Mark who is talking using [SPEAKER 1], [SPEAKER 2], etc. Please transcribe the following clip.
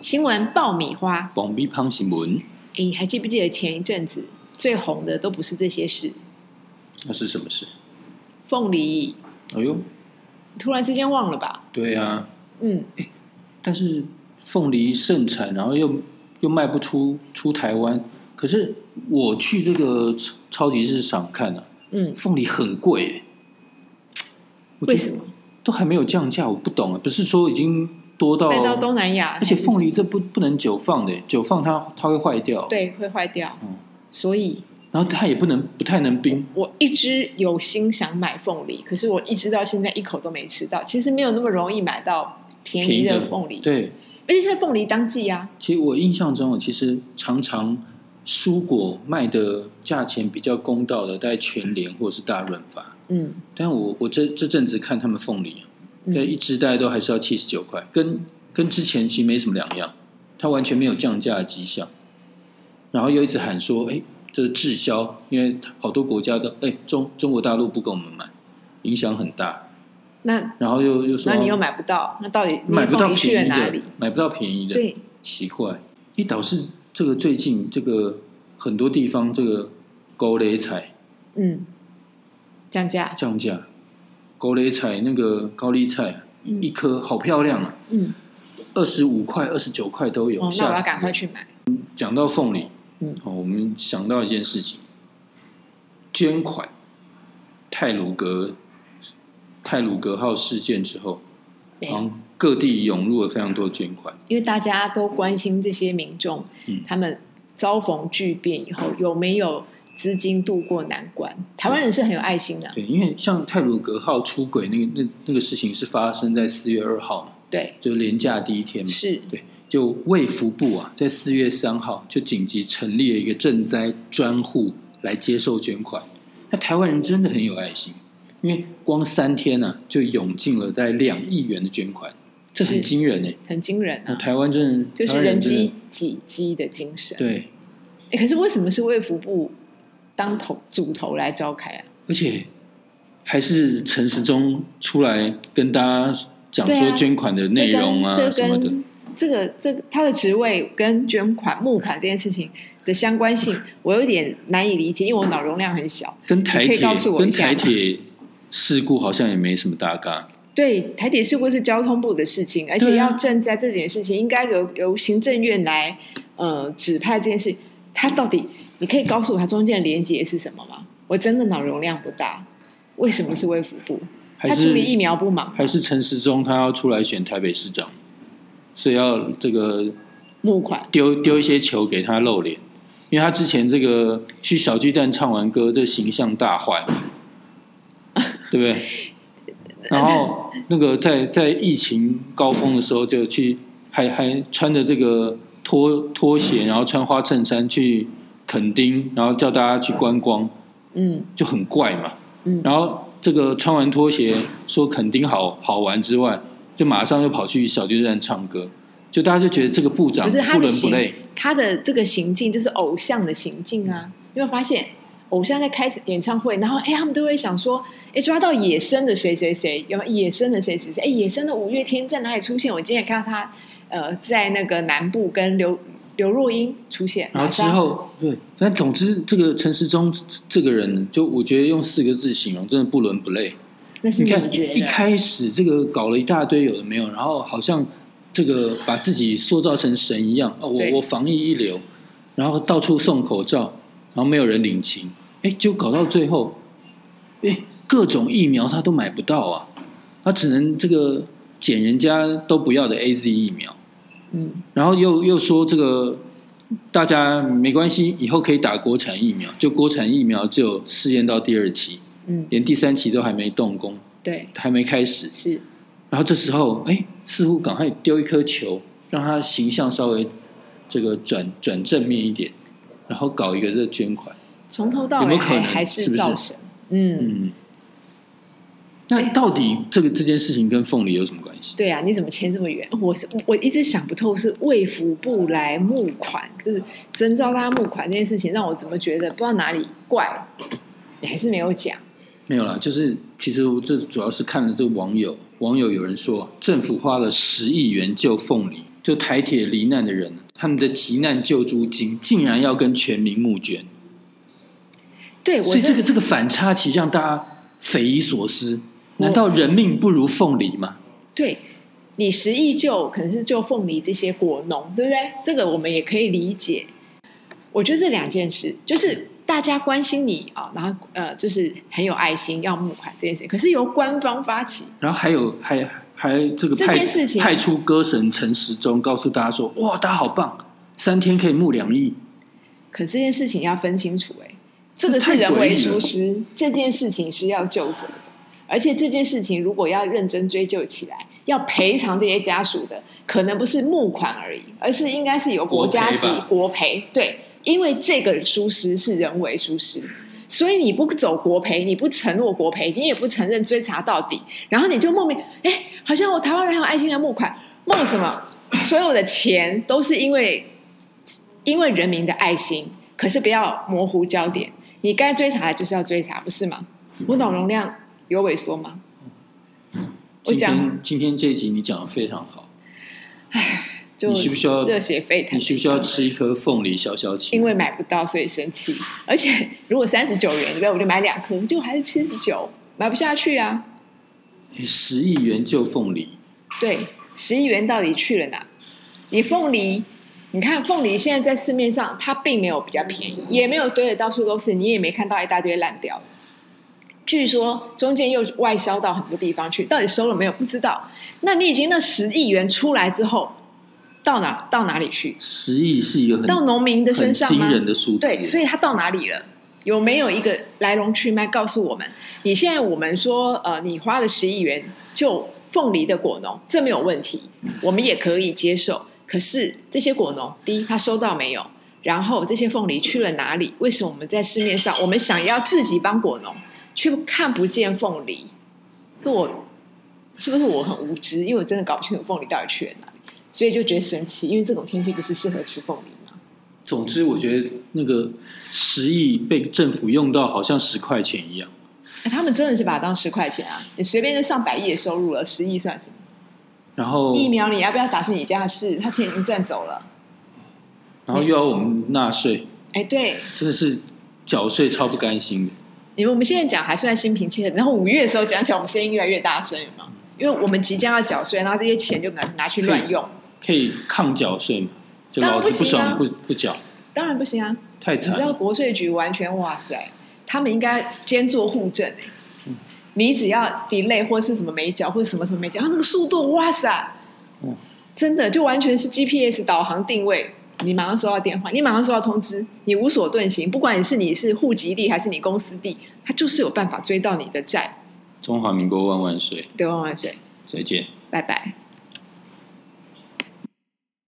[SPEAKER 1] 新闻爆米花，
[SPEAKER 2] 蹦米胖新闻，
[SPEAKER 1] 诶，你还记不记得前一阵子最红的都不是这些事？
[SPEAKER 2] 那是什么事？
[SPEAKER 1] 凤梨，
[SPEAKER 2] 哎呦，
[SPEAKER 1] 突然之间忘了吧？
[SPEAKER 2] 对啊，
[SPEAKER 1] 嗯，
[SPEAKER 2] 但是凤梨盛产，然后又又卖不出出台湾。可是我去这个超超级市场看啊，
[SPEAKER 1] 嗯，
[SPEAKER 2] 凤梨很贵耶、我觉
[SPEAKER 1] 为
[SPEAKER 2] 得
[SPEAKER 1] 什么
[SPEAKER 2] 都还没有降价？我不懂啊，不是说已经多到，
[SPEAKER 1] 卖到东南亚？
[SPEAKER 2] 哦而且凤梨这不不能久放的耶，久放它它会坏掉。，
[SPEAKER 1] 对会坏掉，
[SPEAKER 2] 嗯
[SPEAKER 1] 所以
[SPEAKER 2] 然后它也不能不太能冰。
[SPEAKER 1] 我一直有心想买凤梨，可是我一直到现在一口都没吃到。其实没有那么容易买到便宜
[SPEAKER 2] 便宜
[SPEAKER 1] 的
[SPEAKER 2] 的
[SPEAKER 1] 凤梨，
[SPEAKER 2] 对，
[SPEAKER 1] 而且现在凤梨当季啊，
[SPEAKER 2] 其实我印象中，其实常常蔬果卖的价钱比较公道的，大概全联或者是大润发。
[SPEAKER 1] 嗯，
[SPEAKER 2] 但我我这这阵子看他们凤梨，
[SPEAKER 1] 嗯
[SPEAKER 2] 对一只大概都还是要七十九块，跟跟之前其实没什么两样，它完全没有降价的迹象。然后又一直喊说，哎，这是滞销，因为好多国家都哎中中国大陆不跟我们买，影响很大。
[SPEAKER 1] 那
[SPEAKER 2] 然后又又说
[SPEAKER 1] 那你又买不到，那到底你
[SPEAKER 2] 买不
[SPEAKER 1] 凤
[SPEAKER 2] 到
[SPEAKER 1] 梨去了
[SPEAKER 2] 便宜
[SPEAKER 1] 哪
[SPEAKER 2] 的
[SPEAKER 1] 里？，
[SPEAKER 2] 买不到便宜的，
[SPEAKER 1] 对，
[SPEAKER 2] 奇怪，一导是这个最近这个很多地方这个高雷彩
[SPEAKER 1] 嗯，降价，
[SPEAKER 2] 降价，高雷彩那个高丽菜
[SPEAKER 1] 嗯
[SPEAKER 2] 一颗好漂亮啊，
[SPEAKER 1] 嗯，
[SPEAKER 2] 二十五块、二十九块都有。
[SPEAKER 1] 哦，那
[SPEAKER 2] 吓
[SPEAKER 1] 我要
[SPEAKER 2] 死
[SPEAKER 1] 赶快
[SPEAKER 2] 人
[SPEAKER 1] 去买，
[SPEAKER 2] 讲到凤梨，
[SPEAKER 1] 嗯
[SPEAKER 2] 好，我们想到一件事情，捐款泰鲁格泰鲁格号事件之后，
[SPEAKER 1] 没
[SPEAKER 2] 好
[SPEAKER 1] 有，
[SPEAKER 2] 像各地涌入了非常多捐款。
[SPEAKER 1] 因为大家都关心这些民众，
[SPEAKER 2] 嗯
[SPEAKER 1] 他们遭逢巨变以后有没有资金渡过难关？台湾人是很有爱心的，
[SPEAKER 2] 对，因为像泰鲁格号出轨那个那那个事情是发生在四月二号嘛，
[SPEAKER 1] 对，
[SPEAKER 2] 就是连假第一天嘛。
[SPEAKER 1] 是，
[SPEAKER 2] 对，就卫福部啊，在四月三号就紧急成立了一个赈灾专户来接受捐款。那台湾人真的很有爱心，因为光三天呢、啊、就涌进了大概两亿元的捐款，这很
[SPEAKER 1] 是
[SPEAKER 2] 惊人呢、欸
[SPEAKER 1] 很惊人
[SPEAKER 2] 那
[SPEAKER 1] 啊，
[SPEAKER 2] 台湾真的
[SPEAKER 1] 就是
[SPEAKER 2] 台湾人
[SPEAKER 1] 人
[SPEAKER 2] 真
[SPEAKER 1] 机
[SPEAKER 2] 的
[SPEAKER 1] 己机的精神。
[SPEAKER 2] 对，
[SPEAKER 1] 诶可是为什么是卫福部当头主头来召开啊？
[SPEAKER 2] 而且还是陈时中出来跟大家讲
[SPEAKER 1] 对
[SPEAKER 2] 说
[SPEAKER 1] 啊
[SPEAKER 2] 捐款的内容啊
[SPEAKER 1] 这跟
[SPEAKER 2] 什么
[SPEAKER 1] 这
[SPEAKER 2] 的。
[SPEAKER 1] 跟这个这个他的职位跟捐款募款这件事情的相关性，我有点难以理解，因为我脑容量很小。
[SPEAKER 2] 跟台铁
[SPEAKER 1] 你可以告诉我
[SPEAKER 2] 跟
[SPEAKER 1] 一下吗
[SPEAKER 2] 台铁事故好像也没什么大嘎，
[SPEAKER 1] 对，台铁事故是交通部的事情，而且
[SPEAKER 2] 对啊
[SPEAKER 1] 要正在这件事情，应该由由行政院来呃指派这件事。他到底，你可以告诉我它中间的连接是什么吗？我真的脑容量不大，为什么是卫福部？
[SPEAKER 2] 还
[SPEAKER 1] 他处理疫
[SPEAKER 2] 是
[SPEAKER 1] 苗不忙，
[SPEAKER 2] 还是陈时中他要出来选台北市长，所以要这个
[SPEAKER 1] 募款
[SPEAKER 2] 丢丢一些球给他露脸，因为他之前这个去小巨蛋唱完歌，这形象大坏，对不对？然后那个在在疫情高峰的时候，就去还还穿着这个拖拖鞋，然后穿花衬衫去垦丁，然后叫大家去观光，
[SPEAKER 1] 嗯
[SPEAKER 2] 就很怪嘛。
[SPEAKER 1] 嗯
[SPEAKER 2] 然后这个穿完拖鞋说垦丁好好玩之外，就马上又跑去小巨蛋唱歌，就大家就觉得这个部长
[SPEAKER 1] 不是他的
[SPEAKER 2] 不伦不
[SPEAKER 1] 行
[SPEAKER 2] 类。
[SPEAKER 1] 他的这个行径就是偶像的行径啊！你有没有发现，偶像在开演唱会，然后哎，他们都会想说，哎，抓到野生的谁谁谁，有没有野生的谁谁谁？哎，野生的五月天在哪里出现？我今天也看到他，呃，在那个南部跟刘刘若英出现，
[SPEAKER 2] 然后
[SPEAKER 1] 马
[SPEAKER 2] 之
[SPEAKER 1] 上
[SPEAKER 2] 后，对，但总之，这个陈时中这这个人，就我觉得用四个字形容，真的不伦不类。
[SPEAKER 1] 那是
[SPEAKER 2] 你
[SPEAKER 1] 你
[SPEAKER 2] 看，
[SPEAKER 1] 觉
[SPEAKER 2] 一
[SPEAKER 1] 得？
[SPEAKER 2] 开始这个搞了一大堆有的没有，然后好像这个把自己塑造成神一样，哦，
[SPEAKER 1] 对
[SPEAKER 2] 我我防疫一流，然后到处送口罩，然后没有人领情，哎，就搞到最后，哎，各种疫苗他都买不到啊，他只能这个捡人家都不要的 A Z 疫苗。
[SPEAKER 1] 嗯，
[SPEAKER 2] 然后又又说这个大家没关系，以后可以打国产疫苗，就国产疫苗只有试验到第二期，
[SPEAKER 1] 嗯，
[SPEAKER 2] 连第三期都还没动工，
[SPEAKER 1] 对，
[SPEAKER 2] 还没开始。
[SPEAKER 1] 是，
[SPEAKER 2] 然后这时候，哎，似乎赶快丢一颗球，让他形象稍微这个转转正面一点，然后搞一个这捐款。
[SPEAKER 1] 从头到
[SPEAKER 2] 有
[SPEAKER 1] 尾
[SPEAKER 2] 没有可
[SPEAKER 1] 还
[SPEAKER 2] 能
[SPEAKER 1] 还
[SPEAKER 2] 是不是
[SPEAKER 1] 造神。嗯，
[SPEAKER 2] 嗯，那到底这个这件事情跟凤梨有什么关系？
[SPEAKER 1] 对啊，你怎么牵这么远？我是我一直想不透，是卫福部来募款，就是征召大家募款这件事情，让我怎么觉得不知道哪里怪？你还是没有讲，
[SPEAKER 2] 没有啦，就是其实我这主要是看了这个网友，网友有人说政府花了十亿元救凤梨，就台铁罹难的人，他们的急难救助金竟然要跟全民募捐，
[SPEAKER 1] 对我
[SPEAKER 2] 所以这
[SPEAKER 1] 真
[SPEAKER 2] 个这个反差其实让大家匪夷所思。难道人命不如凤梨吗？
[SPEAKER 1] 对你十亿救可能是救凤梨这些果农，对不对？这个我们也可以理解。我觉得这两件事就是大家关心你啊、然后呃，就是很有爱心要募款这件事，可是由官方发起，
[SPEAKER 2] 然后还有还还这个
[SPEAKER 1] 这
[SPEAKER 2] 派
[SPEAKER 1] 件事情
[SPEAKER 2] 派出歌神陈时中告诉大家说：“哇，大家好棒，三天可以募两亿。
[SPEAKER 1] 可这件事情要分清楚、欸，这个
[SPEAKER 2] 太
[SPEAKER 1] 是人
[SPEAKER 2] 诡
[SPEAKER 1] 为
[SPEAKER 2] 异了
[SPEAKER 1] 疏失，这件事情是要救责的，而且这件事情如果要认真追究起来，要赔偿这些家属的，可能不是募款而已，而是应该是由国家级
[SPEAKER 2] 国赔吧
[SPEAKER 1] 国赔，对，因为这个疏失是人为疏失。所以你不走国赔，你不承诺国赔，你也不承认追查到底，然后你就莫名哎、好像我台湾人很有爱心的募款，募什么？所有的钱都是因为因为人民的爱心，可是不要模糊焦点，你该追查的就是要追查，不是吗？我脑容量有萎缩吗？”我
[SPEAKER 2] 今
[SPEAKER 1] 讲
[SPEAKER 2] 天今天这一集你讲的非常好，
[SPEAKER 1] 就
[SPEAKER 2] 你需不需要
[SPEAKER 1] 热血沸腾？
[SPEAKER 2] 你需不需要吃一颗凤梨消消气？
[SPEAKER 1] 因为买不到，所以生气。而且如果三十九元，对不对？我就买两颗，结果还是七十九，买不下去啊。
[SPEAKER 2] 十亿元救凤梨，
[SPEAKER 1] 对，十亿元到底去了哪？你凤梨，你看凤梨现在在市面上，它并没有比较便宜，也没有堆的到处都是，你也没看到一大堆烂掉的。据说中间又外销到很多地方去，到底收了没有不知道。那你已经那十亿元出来之后，到哪到哪里去？
[SPEAKER 2] 十亿是一个很
[SPEAKER 1] 到农民的身
[SPEAKER 2] 很
[SPEAKER 1] 上
[SPEAKER 2] 惊
[SPEAKER 1] 吗？
[SPEAKER 2] 人的数字。
[SPEAKER 1] 对，所以它到哪里了？有没有一个来龙去脉告诉我们？你现在我们说，呃，你花了十亿元就凤梨的果农，这没有问题，我们也可以接受。可是这些果农，第一，他收到没有？然后这些凤梨去了哪里？为什么我们在市面上，我们想要自己帮果农，却看不见凤梨？是我是不是我很无知？因为我真的搞不清楚凤梨到底去了哪里，所以就觉得生气。因为这种天气不是适合吃凤梨吗？
[SPEAKER 2] 总之，我觉得那个十亿被政府用到好像十块钱一样。
[SPEAKER 1] 哎他们真的是把它当十块钱啊！你随便就上百亿的收入了，十亿算什么？
[SPEAKER 2] 然后，
[SPEAKER 1] 疫苗你要不要打是你家的事，他钱已经赚走了。
[SPEAKER 2] 然后又要我们纳税，
[SPEAKER 1] 哎，对，
[SPEAKER 2] 真的是缴税超不甘心的。
[SPEAKER 1] 你们我们现在讲还算心平气和，然后五月的时候讲起来，我们声音越来越大声，有吗？因为我们即将要缴税，然后这些钱就拿拿去乱用，
[SPEAKER 2] 可以抗缴税嘛？就
[SPEAKER 1] 当然
[SPEAKER 2] 老子
[SPEAKER 1] 不
[SPEAKER 2] 不
[SPEAKER 1] 行
[SPEAKER 2] 爽、
[SPEAKER 1] 啊
[SPEAKER 2] 不不缴，
[SPEAKER 1] 当然不行啊！
[SPEAKER 2] 太
[SPEAKER 1] 你
[SPEAKER 2] 惨
[SPEAKER 1] 知道
[SPEAKER 2] 了。
[SPEAKER 1] 国税局完全哇塞，他们应该兼做户政、欸、
[SPEAKER 2] 嗯
[SPEAKER 1] 你只要 delay 或是什么没缴或者什么什么没缴，他那个速度哇塞
[SPEAKER 2] 嗯，
[SPEAKER 1] 真的就完全是 GPS 导航定位，你马上收到电话，你马上收到通知，你无所遁形，不管你是你是户籍地还是你公司地，他就是有办法追到你的债。
[SPEAKER 2] 中华民国万万岁！
[SPEAKER 1] 对，万万岁，
[SPEAKER 2] 再见。
[SPEAKER 1] 拜拜。